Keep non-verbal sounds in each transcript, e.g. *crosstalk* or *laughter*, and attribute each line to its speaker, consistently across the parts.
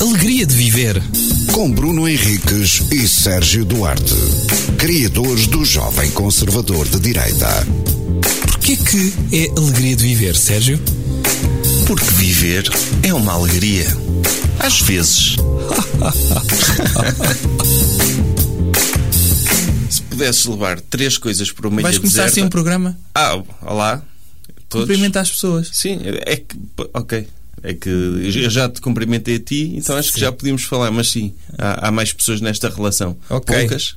Speaker 1: Alegria de Viver.
Speaker 2: Com Bruno Henriques e Sérgio Duarte, criadores do Jovem Conservador de Direita.
Speaker 1: Porquê que é alegria de viver, Sérgio?
Speaker 3: Porque viver é uma alegria. Às vezes. *laughs* Se pudesses levar três coisas para uma ilha
Speaker 4: Vais começar
Speaker 3: deserta...
Speaker 4: assim um programa?
Speaker 3: Ah, olá. Todos.
Speaker 4: Cumprimenta as pessoas.
Speaker 3: Sim, é que... Ok. É que eu já te cumprimentei a ti, então acho que já podíamos falar, mas sim, há, há mais pessoas nesta relação.
Speaker 4: Ok.
Speaker 3: Poucas.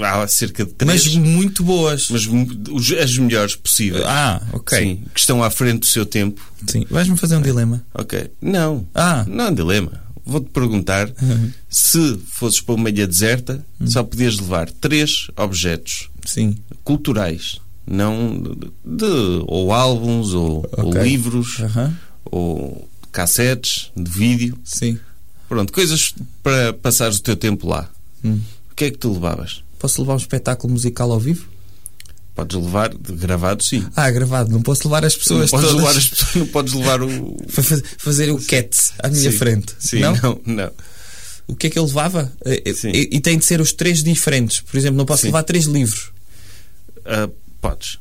Speaker 3: Há cerca de três.
Speaker 4: Mas muito boas.
Speaker 3: mas os- as melhores possíveis.
Speaker 4: Ah, ok.
Speaker 3: Sim, que estão à frente do seu tempo.
Speaker 4: Sim. Vais-me
Speaker 3: É.
Speaker 4: fazer um dilema.
Speaker 3: Ok. Não.
Speaker 4: Ah. Uhum.
Speaker 3: Não é um dilema. Vou-te perguntar se fosses para uma ilha deserta, só podias levar três objetos
Speaker 4: Sim.
Speaker 3: culturais. Não de, de- ou álbuns ou, ou
Speaker 4: Ok. Uhum.
Speaker 3: livros
Speaker 4: Aham.
Speaker 3: ou cassetes de vídeo.
Speaker 4: Sim.
Speaker 3: Pronto, coisas para passares o teu tempo lá.
Speaker 4: Hum.
Speaker 3: O que é que tu levavas?
Speaker 4: Posso levar um espetáculo musical ao vivo?
Speaker 3: Podes levar de gravado, sim.
Speaker 4: Ah, gravado. Não posso levar as
Speaker 3: Não
Speaker 4: pessoas
Speaker 3: podes,
Speaker 4: todas *laughs*
Speaker 3: levar as pessoas- não podes levar o,
Speaker 4: para faz- fazer o cat à minha
Speaker 3: Sim.
Speaker 4: frente.
Speaker 3: Sim,
Speaker 4: não?
Speaker 3: não, não.
Speaker 4: O que é que eu levava? Eh, eh,
Speaker 3: Sim.
Speaker 4: E, e tem de ser os três diferentes. Por exemplo, não posso
Speaker 3: Sim.
Speaker 4: levar três livros.
Speaker 3: Ah, podes.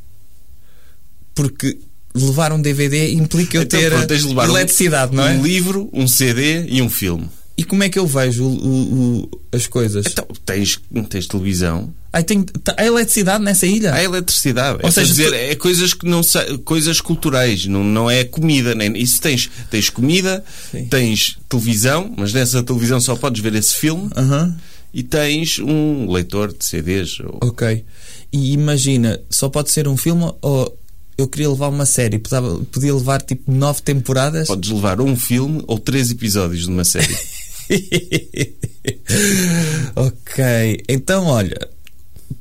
Speaker 4: Porque levar um DVD implica eu
Speaker 3: Então,
Speaker 4: ter
Speaker 3: pronto, tens de levar um-
Speaker 4: eletricidade, não é?
Speaker 3: Um livro, um CD e um filme.
Speaker 4: E como é que eu vejo o- o- o- as coisas?
Speaker 3: Então, tens, tens televisão.
Speaker 4: Aí tem, tá- há eletricidade nessa ilha?
Speaker 3: Há eletricidade.
Speaker 4: Ah. Ou
Speaker 3: é,
Speaker 4: seja,
Speaker 3: para dizer,
Speaker 4: tu-
Speaker 3: é coisas que não sa- coisas culturais, não, não é comida, nem isso tens, tens comida,
Speaker 4: Sim.
Speaker 3: tens televisão, mas nessa televisão só podes ver esse filme
Speaker 4: Aham,
Speaker 3: e tens um leitor de CDs. ou-
Speaker 4: ok. E imagina, só pode ser um filme ou eu queria levar uma série? Podava- podia levar tipo nove temporadas?
Speaker 3: Podes levar um filme ou três episódios de uma série.
Speaker 4: *laughs* ok, então olha,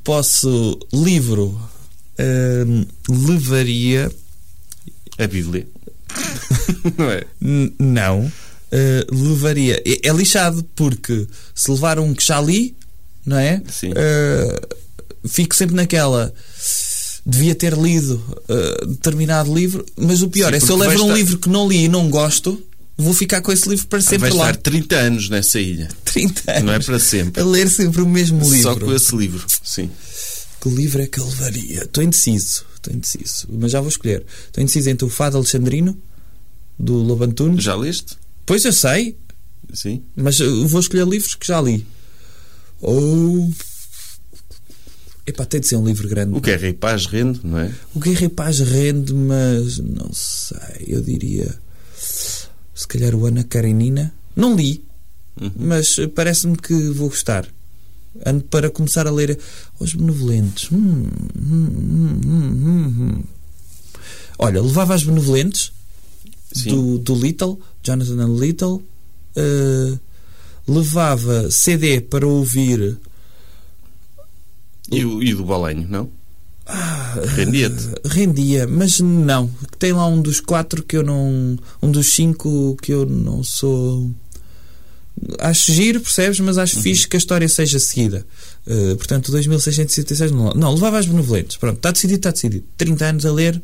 Speaker 4: posso. Livro. Hum, levaria. *laughs*
Speaker 3: A Bíblia. não é?
Speaker 4: N- não. Uh, levaria. É, é lixado, porque se levar um que já li, não é?
Speaker 3: Sim.
Speaker 4: Uh, fico sempre naquela. Devia ter lido uh, determinado livro, mas o pior
Speaker 3: Sim,
Speaker 4: é se eu
Speaker 3: porque
Speaker 4: levo
Speaker 3: vais
Speaker 4: um
Speaker 3: estar-
Speaker 4: livro que não li e não gosto, vou ficar com esse livro para sempre
Speaker 3: Vais
Speaker 4: lá. *laughs*
Speaker 3: estar 30 anos nessa ilha.
Speaker 4: 30 anos.
Speaker 3: Não é para sempre.
Speaker 4: A ler sempre o mesmo É um livro.
Speaker 3: Só com esse livro, sim.
Speaker 4: Que livro é que eu levaria? Estou indeciso, estou indeciso, mas já vou escolher. Estou indeciso entre o Fado Alexandrino, do Lobantunes.
Speaker 3: Já leste?
Speaker 4: Pois eu sei,
Speaker 3: Sim.
Speaker 4: Mas eu vou escolher livros que já li. Ou. Epá, tem de ser um livro grande.
Speaker 3: O que é Rei Paz rende, não é?
Speaker 4: O Guerra e Paz rende, mas. Não sei, eu diria. Se calhar o Ana Karenina. Não li, mas eh, parece-me que vou gostar. Ano para começar a ler Os Benevolentes. Hum, hum, hum, hum, hum. Olha, levava as Benevolentes
Speaker 3: Sim.
Speaker 4: do, do Little, Jonathan and Little. eh, levava CD para ouvir.
Speaker 3: E, o, e do Ah, Bolenho, não? Rendia-te.
Speaker 4: Rendia, mas não. Tem lá um dos quatro que eu não. Um dos cinco que eu não sou. Acho giro, percebes? Mas
Speaker 3: Uhum.
Speaker 4: acho fixe que a história seja seguida. Uh, portanto, 2676 não. Não, levava as benevolentes. Pronto, está decidido, está decidido. 30 anos a ler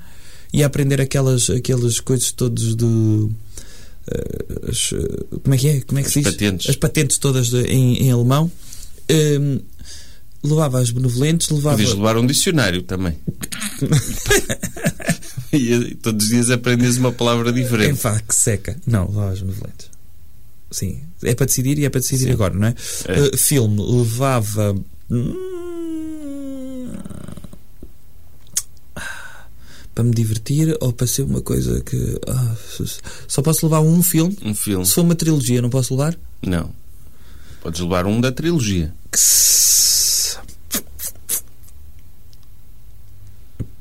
Speaker 4: e a aprender aquelas, aquelas coisas todas de. uh, as, uh, como é que é? Como é que
Speaker 3: As
Speaker 4: se diz?
Speaker 3: patentes.
Speaker 4: As patentes todas de- em, em alemão. Um, levava as benevolentes, levava.
Speaker 3: Podias levar um dicionário *laughs* também. e eh, todos os dias aprendes uma palavra
Speaker 4: Em
Speaker 3: diferente.
Speaker 4: pá, que seca. Não, levava as benevolentes. Sim. É para decidir e é para decidir agora, não é?
Speaker 3: É.
Speaker 4: Uh, filme, levava. hum, Para me divertir ou para ser uma coisa que. ah, só posso levar um filme.
Speaker 3: Um filme.
Speaker 4: Se for uma trilogia, não posso levar?
Speaker 3: Não. Podes levar um da trilogia.
Speaker 4: Que se-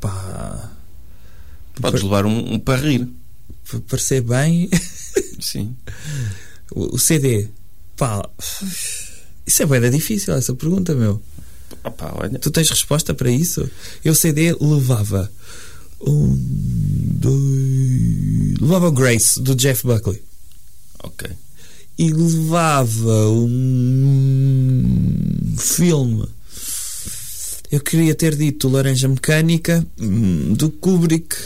Speaker 4: Pá.
Speaker 3: Podes levar um, um para rir.
Speaker 4: Para parecer bem.
Speaker 3: Sim.
Speaker 4: O o CD. Pá. Isso é bem difícil, essa pergunta, meu.
Speaker 3: Opa, olha.
Speaker 4: Tu tens resposta para isso? Eu CD levava. Um, dois. Levava o Grace, do Jeff Buckley.
Speaker 3: Ok.
Speaker 4: E levava um filme. Eu queria ter dito Laranja Mecânica hum, do Kubrick,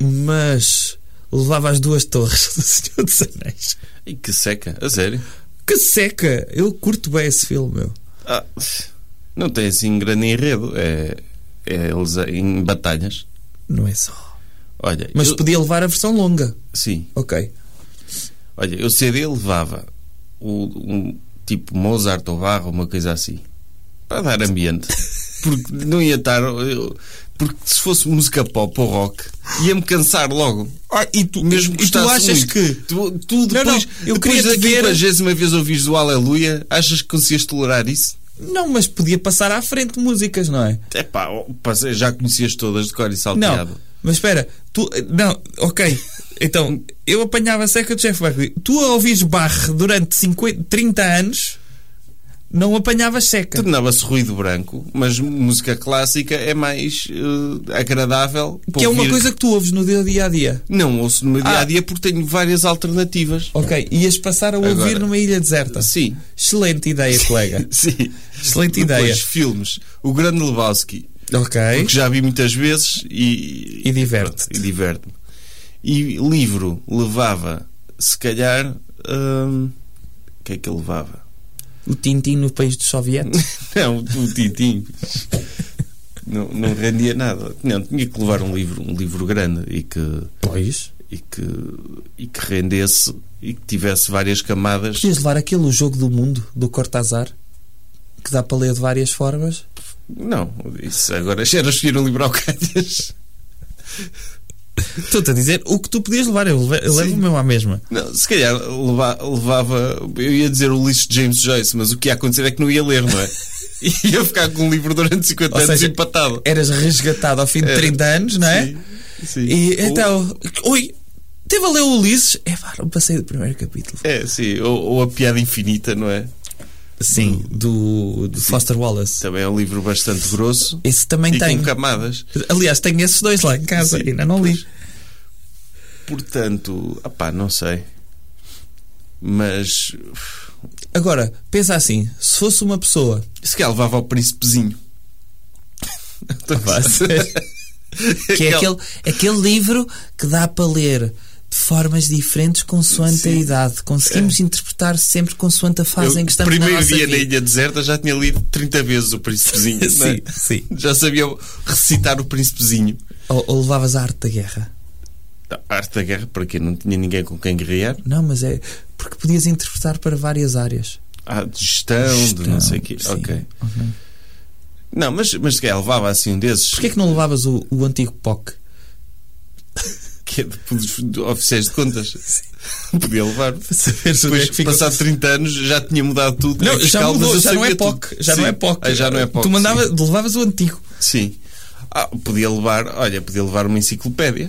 Speaker 4: mas levava as duas torres *laughs* do Senhor dos Anéis.
Speaker 3: E que seca, a sério.
Speaker 4: Que seca! Eu curto bem esse filme, meu.
Speaker 3: Ah, não tem assim grande enredo. É, é eles em batalhas.
Speaker 4: Não é só.
Speaker 3: Olha,
Speaker 4: Mas
Speaker 3: eu-
Speaker 4: podia levar a versão longa.
Speaker 3: sim.
Speaker 4: Ok.
Speaker 3: Olha, eu CD levava o, um tipo Mozart ou Barro, uma coisa assim, para dar ambiente. Porque não ia estar. eu- porque se fosse música pop ou rock, ia-me cansar logo.
Speaker 4: Ah, e tu,
Speaker 3: Mesmo
Speaker 4: e tu
Speaker 3: gostasse
Speaker 4: achas
Speaker 3: muito.
Speaker 4: que.
Speaker 3: Tu, tu depois,
Speaker 4: não, eu
Speaker 3: depois
Speaker 4: queria-te
Speaker 3: daqui
Speaker 4: ver-
Speaker 3: para a gésima vez ouvires o Aleluia, achas que conseguias tolerar isso?
Speaker 4: Não, mas podia passar à frente músicas, não é?
Speaker 3: É pá, já conhecias todas de cor e
Speaker 4: Oh,
Speaker 3: salteado.
Speaker 4: Não, mas espera, tu. Não, ok. Então, eu apanhava a seca do Jeff Buckley. Tu a ouvires barre durante 50, 30 anos, não apanhavas seca.
Speaker 3: Tornava-se ruído branco, mas música clássica é mais eh, agradável. para
Speaker 4: que é uma
Speaker 3: ouvir.
Speaker 4: coisa que tu ouves no teu dia a dia.
Speaker 3: Não ouço no meu
Speaker 4: Ah.
Speaker 3: dia a dia porque tenho várias alternativas.
Speaker 4: Ok, ias passar a ouvir
Speaker 3: Agora-
Speaker 4: numa ilha deserta. *laughs*
Speaker 3: Sim,
Speaker 4: Excelente ideia, *laughs* colega.
Speaker 3: sim.
Speaker 4: Excelente ideia.
Speaker 3: Depois, filmes. O Grande Lebowski,
Speaker 4: Ok.
Speaker 3: que já vi muitas vezes e.
Speaker 4: E diverte-te.
Speaker 3: E diverte-me. E livro levava, se calhar. hum, o que é que ele levava? *laughs*
Speaker 4: O Tintin no país dos sovietes.
Speaker 3: Não, o Tintim. não, não rendia nada. Não, tinha que levar um livro, um livro grande e que.
Speaker 4: pois.
Speaker 3: E que, e que rendesse e que tivesse várias camadas.
Speaker 4: Podias levar aquele O Jogo do Mundo, do Cortázar, que dá para ler de várias formas.
Speaker 3: Não, isso agora já era escolher um livro ao *laughs* Cádiz.
Speaker 4: Estou-te a dizer o que tu podias levar. Eu leve- eu
Speaker 3: Sim.
Speaker 4: levo o meu à mesma.
Speaker 3: Não, se calhar leva- levava. Eu ia dizer o lixo de James Joyce, mas o que ia acontecer é que não ia ler,
Speaker 4: *laughs*
Speaker 3: não é? ia ficar com um livro durante 50
Speaker 4: Ou
Speaker 3: anos
Speaker 4: seja,
Speaker 3: empatado.
Speaker 4: Eras resgatado ao fim de
Speaker 3: Era.
Speaker 4: 30 anos, não é?
Speaker 3: Sim, sim.
Speaker 4: E
Speaker 3: Ou-
Speaker 4: então... Oi, teve a ler o Ulisses? É, vá, não passei do primeiro capítulo.
Speaker 3: É, sim. Ou, ou A Piada Infinita, não é?
Speaker 4: Sim, do, do Foster Wallace.
Speaker 3: Também é um livro bastante grosso
Speaker 4: Esse também
Speaker 3: e
Speaker 4: tem.
Speaker 3: com camadas.
Speaker 4: Aliás, tenho esses dois lá em casa.
Speaker 3: Sim,
Speaker 4: Ainda não li.
Speaker 3: Portanto, opá, não sei. Mas uf,
Speaker 4: Agora, pensa assim: se fosse uma pessoa.
Speaker 3: se calhar levava ao príncipezinho.
Speaker 4: *laughs* que
Speaker 3: Então-
Speaker 4: é aquele, aquele livro que dá para ler de formas diferentes consoante a
Speaker 3: Sim. É.
Speaker 4: idade. Conseguimos interpretar sempre consoante a fase em que estamos
Speaker 3: primeiro
Speaker 4: na nossa
Speaker 3: dia na
Speaker 4: vida.
Speaker 3: Ilha Deserta já tinha lido 30 vezes o *laughs* Príncipezinho. não é?
Speaker 4: Sim, sim.
Speaker 3: Já sabia recitar o Príncipezinho.
Speaker 4: Ou, ou levavas a arte da guerra.
Speaker 3: A Tá, arte da guerra, para quê? Não tinha ninguém com quem guerrear.
Speaker 4: Não, mas é porque podias interpretar para várias áreas.
Speaker 3: Ah, de gestão, de não sei o quê.
Speaker 4: Sim.
Speaker 3: Ok. Não, mas, mas se calhar levava assim um desses.
Speaker 4: Porquê que não levavas o, o antigo POC?
Speaker 3: Que é de, pelos oficiais de contas. Podia levar.
Speaker 4: Para saberes onde é
Speaker 3: Depois,
Speaker 4: que fica-
Speaker 3: passado 30 anos, já tinha mudado tudo.
Speaker 4: Não,
Speaker 3: As
Speaker 4: já
Speaker 3: caldas,
Speaker 4: mudou,
Speaker 3: eu
Speaker 4: já não é
Speaker 3: sabia tudo.
Speaker 4: POC. Já
Speaker 3: Sim.
Speaker 4: não é POC.
Speaker 3: Ah, já não é POC.
Speaker 4: Tu mandava,
Speaker 3: sim.
Speaker 4: levavas o antigo.
Speaker 3: Sim. Ah, podia levar, olha, podia levar uma enciclopédia,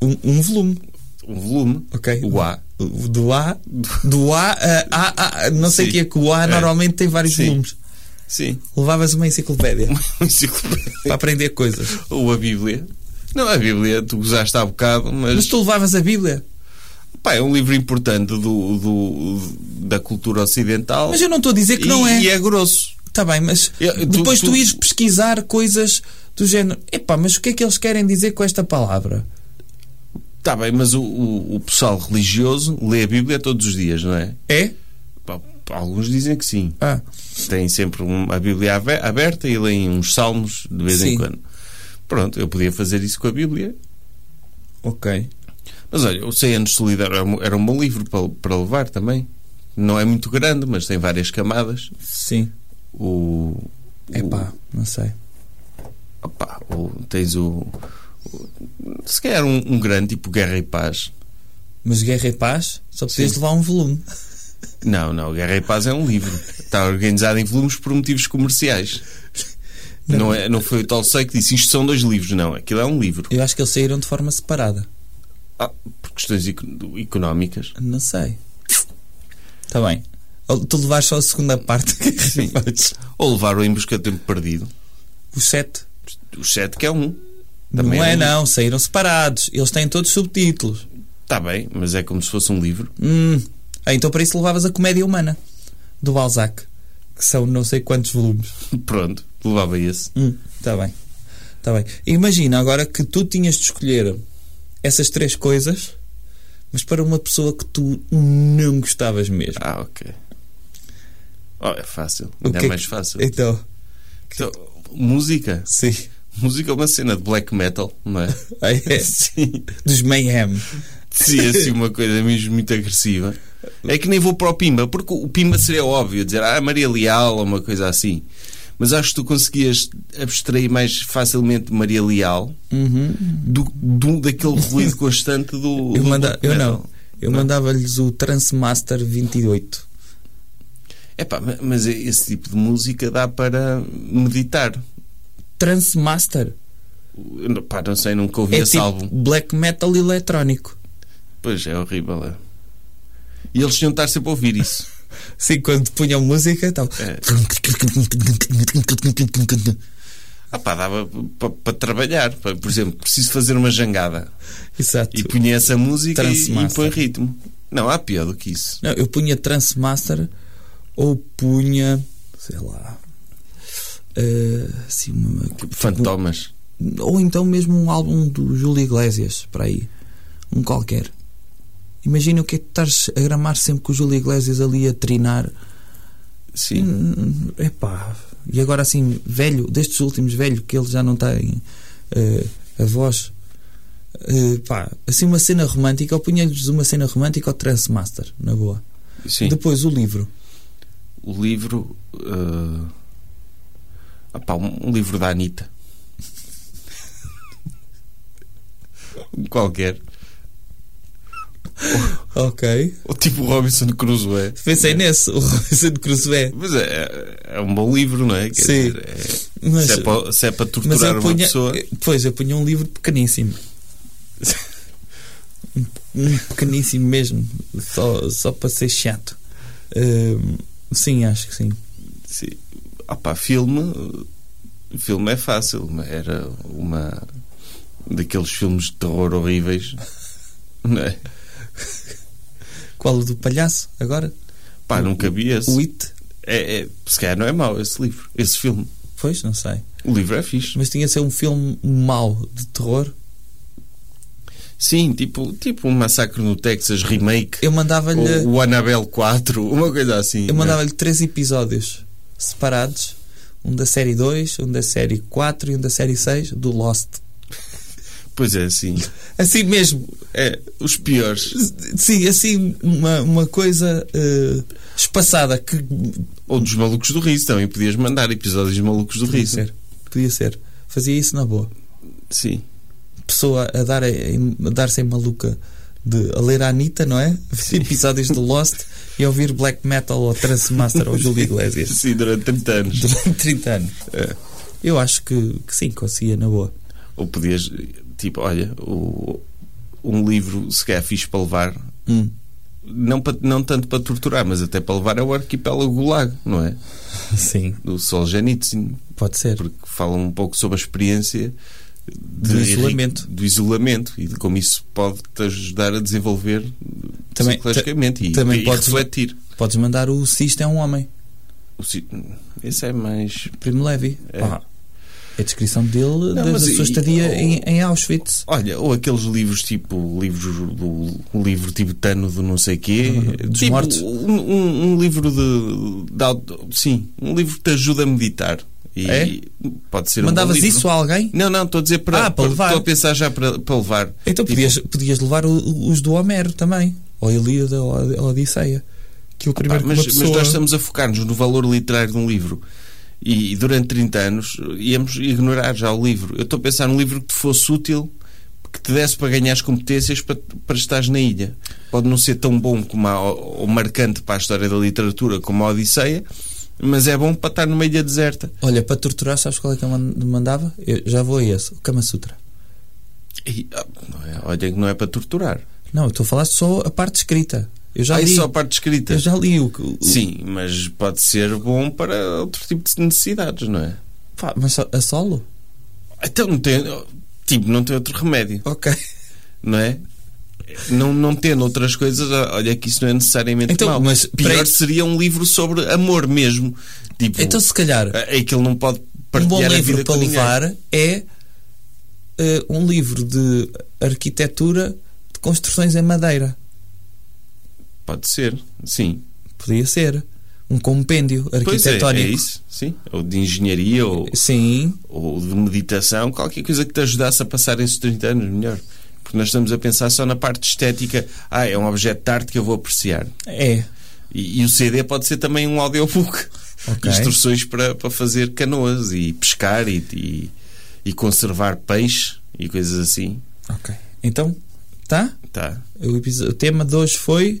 Speaker 4: Um, um volume.
Speaker 3: um volume,
Speaker 4: Ok.
Speaker 3: o A.
Speaker 4: O- Do A. Do A a A. a- não sei o
Speaker 3: Sim.
Speaker 4: que é que o A
Speaker 3: É.
Speaker 4: normalmente tem vários
Speaker 3: Sim.
Speaker 4: volumes.
Speaker 3: Sim,
Speaker 4: Levavas uma
Speaker 3: *laughs*
Speaker 4: enciclopédia
Speaker 3: uma enciclopédia.
Speaker 4: para aprender coisas.
Speaker 3: Ou a Bíblia. Não, a Bíblia, tu gozaste há bocado, mas,
Speaker 4: Mas tu levavas a Bíblia.
Speaker 3: pá, é um livro importante do, do- da cultura ocidental.
Speaker 4: Mas eu não estou a dizer que
Speaker 3: E-
Speaker 4: não
Speaker 3: E
Speaker 4: é.
Speaker 3: é grosso.
Speaker 4: Está bem, mas
Speaker 3: Eu- tu-
Speaker 4: depois tu,
Speaker 3: tu-
Speaker 4: ires pesquisar coisas do género. Epá, mas o que é que eles querem dizer com esta palavra?
Speaker 3: Está Tá bem, mas o, o, o pessoal religioso lê a Bíblia todos os dias, não é?
Speaker 4: É?
Speaker 3: Pá, Alguns dizem que sim.
Speaker 4: Ah,
Speaker 3: têm sempre um- a Bíblia abe- aberta e leem uns salmos de vez
Speaker 4: Sim.
Speaker 3: em quando. Pronto, eu podia fazer isso com a Bíblia.
Speaker 4: ok.
Speaker 3: Mas olha, o 100 anos de solidariedade era um- era um bom livro para, para levar também. Não é muito grande, mas tem várias camadas.
Speaker 4: Sim.
Speaker 3: O,
Speaker 4: Epá, não sei.
Speaker 3: o, opá, o- tens o, o- Se calhar um, um grande, tipo Guerra e Paz.
Speaker 4: Mas Guerra e Paz, só precisas
Speaker 3: Sim.
Speaker 4: levar um volume.
Speaker 3: Não, não, Guerra e Paz é um livro. Está organizado em volumes por motivos comerciais. Não, é, não foi o Tolstói que disse isto são dois livros, não. Aquilo é um livro.
Speaker 4: Eu acho que eles saíram de forma separada.
Speaker 3: Ah, por questões eco- económicas.
Speaker 4: Não sei. Está bem. Ou Tu levas só a segunda parte. *laughs*
Speaker 3: Sim. Ou levaram em busca de tempo perdido.
Speaker 4: Os sete.
Speaker 3: O 7 que é um.
Speaker 4: não é,
Speaker 3: um
Speaker 4: não. Saíram separados. Eles têm todos subtítulos.
Speaker 3: Está bem, mas é como se fosse um livro.
Speaker 4: Hum. Ah, então para isso levavas a Comédia Humana do Balzac, que são não sei quantos volumes.
Speaker 3: Pronto, levava esse.
Speaker 4: Hum, tá bem. Tá bem. Imagina agora que tu tinhas de escolher essas três coisas mas para uma pessoa que tu não gostavas mesmo.
Speaker 3: Ah, ok. Oh, é fácil.
Speaker 4: O
Speaker 3: Ainda
Speaker 4: que que-
Speaker 3: é mais fácil.
Speaker 4: Então,
Speaker 3: Então, música.
Speaker 4: sim.
Speaker 3: Música é uma cena de black metal,
Speaker 4: *laughs*
Speaker 3: não é?
Speaker 4: Ah, é.
Speaker 3: *laughs* Sim.
Speaker 4: Dos Mayhem.
Speaker 3: Sim, é assim uma coisa mesmo muito agressiva. É que nem vou para o Pimba, porque o Pimba seria óbvio dizer, ah, Maria Leal ou uma coisa assim. Mas acho que tu conseguias abstrair mais facilmente Maria Leal do, do-
Speaker 4: *laughs*
Speaker 3: daquele ruído constante do.
Speaker 4: Uhum. Eu,
Speaker 3: do
Speaker 4: manda,
Speaker 3: black
Speaker 4: eu
Speaker 3: metal.
Speaker 4: não. Eu
Speaker 3: Não.
Speaker 4: mandava-lhes o Transmaster 28.
Speaker 3: Epá, ma- mas esse tipo de música dá para meditar.
Speaker 4: Transmaster
Speaker 3: Eu, Pá, não sei, nunca ouvi
Speaker 4: é
Speaker 3: esse
Speaker 4: tipo
Speaker 3: álbum.
Speaker 4: black metal eletrónico.
Speaker 3: Pois é, horrível. é. E eles tinham de estar sempre a ouvir isso.
Speaker 4: *laughs* Sim, quando punham música e tal.
Speaker 3: É. Ah pá, dava para trabalhar. Pa- por exemplo, preciso fazer uma jangada.
Speaker 4: Exato.
Speaker 3: E punha essa música e, e
Speaker 4: Transmaster.
Speaker 3: põe ritmo. Não, há pior do que isso.
Speaker 4: Não, eu punha Transmaster ou punha, sei lá, eh, assim, uma,
Speaker 3: Tipo, fantomas.
Speaker 4: ou então mesmo um álbum do Júlio Iglesias, para aí, um qualquer. Imagina o que é que estás a gramar sempre com o Júlio Iglesias ali a trinar.
Speaker 3: Sim.
Speaker 4: Hum, Epá, e agora assim, velho, destes últimos, velho, que ele já não tem eh, a voz. Eh, pá, assim uma cena romântica, eu punha-lhes uma cena romântica ao Transmaster, na boa.
Speaker 3: Sim.
Speaker 4: Depois o livro.
Speaker 3: O livro. eh, Ah pá, um, um livro da Anitta. *laughs* Um Qualquer.
Speaker 4: Ok.
Speaker 3: Ou tipo o Robinson Crusoe.
Speaker 4: Pensei nesse, o Robinson Crusoe.
Speaker 3: Mas é, é um bom livro, não é? Quer
Speaker 4: Sim.
Speaker 3: dizer, é-
Speaker 4: Mas,
Speaker 3: se, é para, se é para
Speaker 4: mas
Speaker 3: torturar
Speaker 4: eu
Speaker 3: uma
Speaker 4: punha.
Speaker 3: pessoa.
Speaker 4: Pois, eu punha um livro pequeníssimo. Um- um pequeníssimo mesmo. Só, só para ser chato. Hum, sim, acho que sim.
Speaker 3: Sim. Ah pá, filme. Filme é fácil. Era uma. Daqueles filmes de terror horríveis. *laughs* Não é?
Speaker 4: Qual o do palhaço agora?
Speaker 3: Pá, não cabia esse.
Speaker 4: O It?
Speaker 3: É, é, se calhar não é mau esse livro, esse filme.
Speaker 4: Pois, não sei.
Speaker 3: O livro é fixe.
Speaker 4: Mas tinha de ser um filme mau de terror.
Speaker 3: Sim, tipo, tipo um massacre no Texas, remake.
Speaker 4: Eu mandava-lhe.
Speaker 3: Ou o Annabelle 4, uma coisa assim.
Speaker 4: Eu
Speaker 3: não é?
Speaker 4: mandava-lhe três episódios separados. Um da série 2, um da série 4 e um da série 6 do Lost.
Speaker 3: Pois é, sim.
Speaker 4: Assim mesmo.
Speaker 3: É, os piores.
Speaker 4: Sim, assim uma, uma coisa eh, espaçada que
Speaker 3: Ou dos Malucos do Riso também. Podias mandar episódios de Malucos do
Speaker 4: podia
Speaker 3: Riso.
Speaker 4: ser. Podia ser. Fazia isso na boa.
Speaker 3: Sim.
Speaker 4: Pessoa a dar em- a dar-se em maluca de a ler a Anitta, não é? *laughs* Ver episódios do Lost e ouvir black metal ou trance master ou Júlio Iglesias
Speaker 3: Sim, durante 30
Speaker 4: *laughs*
Speaker 3: anos.
Speaker 4: durante 30 anos.
Speaker 3: É.
Speaker 4: Eu acho que, que sim, conseguia na boa.
Speaker 3: Ou podias, tipo, olha, o- um livro se calhar fixe para levar,
Speaker 4: Hum.
Speaker 3: não, pa- não tanto para torturar, mas até para levar, é o Arquipélago Gulag, não é?
Speaker 4: *laughs* Sim,
Speaker 3: Do Solzhenitsyn,
Speaker 4: pode ser.
Speaker 3: porque fala um pouco sobre a experiência de-
Speaker 4: Do isolamento.
Speaker 3: do isolamento e de como isso pode te ajudar a desenvolver
Speaker 4: Também-
Speaker 3: psicologicamente e,
Speaker 4: também
Speaker 3: e
Speaker 4: podes-
Speaker 3: refletir.
Speaker 4: Podes mandar o Sisto é um homem,
Speaker 3: O si- Esse é mais.
Speaker 4: Primo Levi.
Speaker 3: É.
Speaker 4: Pá, É a descrição dele da, da
Speaker 3: mas
Speaker 4: sua
Speaker 3: e-
Speaker 4: estadia
Speaker 3: oh.
Speaker 4: em, em Auschwitz.
Speaker 3: Olha, ou aqueles livros tipo livros do o livro tibetano do não sei *laughs* quê,
Speaker 4: Dos
Speaker 3: tipo,
Speaker 4: mortos.
Speaker 3: Um, um- um livro de, de auto- sim, um livro que te ajuda a meditar. E
Speaker 4: É?
Speaker 3: pode ser um bom
Speaker 4: Mandavas
Speaker 3: livro.
Speaker 4: isso a alguém?
Speaker 3: Não, não, estou a dizer para,
Speaker 4: Ah, para levar.
Speaker 3: Estou a pensar já para, para levar.
Speaker 4: Então
Speaker 3: Tipo,
Speaker 4: podias, podias levar o- o- os do Homero também, ou Ilíada ou a- a Odisseia. Que o
Speaker 3: Ah, pá,
Speaker 4: primeiro
Speaker 3: mas,
Speaker 4: que uma
Speaker 3: mas
Speaker 4: pessoa...
Speaker 3: nós estamos a focar-nos no valor literário de um livro. E, durante 30 anos eh, íamos ignorar já o livro. Eu estou a pensar num livro que te fosse útil, que te desse para ganhar as competências para, para estares na ilha. Pode não ser tão bom como a, ou marcante para a história da literatura como a Odisseia, mas é bom para estar numa ilha deserta.
Speaker 4: Olha, para torturar, sabes qual é que eu man- mandava? Eu já vou a esse, o Kama Sutra.
Speaker 3: E, ah, não é- olha que não é para torturar.
Speaker 4: Não, eu estou a falar só a parte escrita. Eu já
Speaker 3: Aí
Speaker 4: li,
Speaker 3: Ah, só a parte escrita.
Speaker 4: eu já li o que... o-
Speaker 3: Sim, mas pode ser bom para outro tipo de necessidades, não é?
Speaker 4: Pá, mas só- a solo?
Speaker 3: Então não tem, tipo, não tem outro remédio,
Speaker 4: Ok.
Speaker 3: não é? Não, não tendo outras coisas, olha que isso não é necessariamente
Speaker 4: Então,
Speaker 3: mau.
Speaker 4: mas
Speaker 3: Pior
Speaker 4: peraí-
Speaker 3: seria um livro sobre amor mesmo. Tipo,
Speaker 4: Então se calhar...
Speaker 3: é é que ele não pode
Speaker 4: um bom
Speaker 3: partilhar a vida
Speaker 4: livro para
Speaker 3: com ninguém.
Speaker 4: levar é eh, um livro de arquitetura de construções em madeira.
Speaker 3: Pode ser, sim.
Speaker 4: Podia ser. Um compêndio
Speaker 3: Pois é, é
Speaker 4: arquitetónico.
Speaker 3: isso, sim. Ou de engenharia, ou,
Speaker 4: Sim,
Speaker 3: ou de meditação, qualquer coisa que te ajudasse a passar esses 30 anos melhor. Porque nós estamos a pensar só na parte estética. Ah, é um objeto de arte que eu vou apreciar.
Speaker 4: é.
Speaker 3: E, e o CD pode ser também um audiobook.
Speaker 4: *laughs* Ok.
Speaker 3: Instruções para, para fazer canoas e pescar e, e, e conservar peixe e coisas assim.
Speaker 4: Ok. Então, tá?
Speaker 3: Tá.
Speaker 4: O, episo- o tema de hoje foi.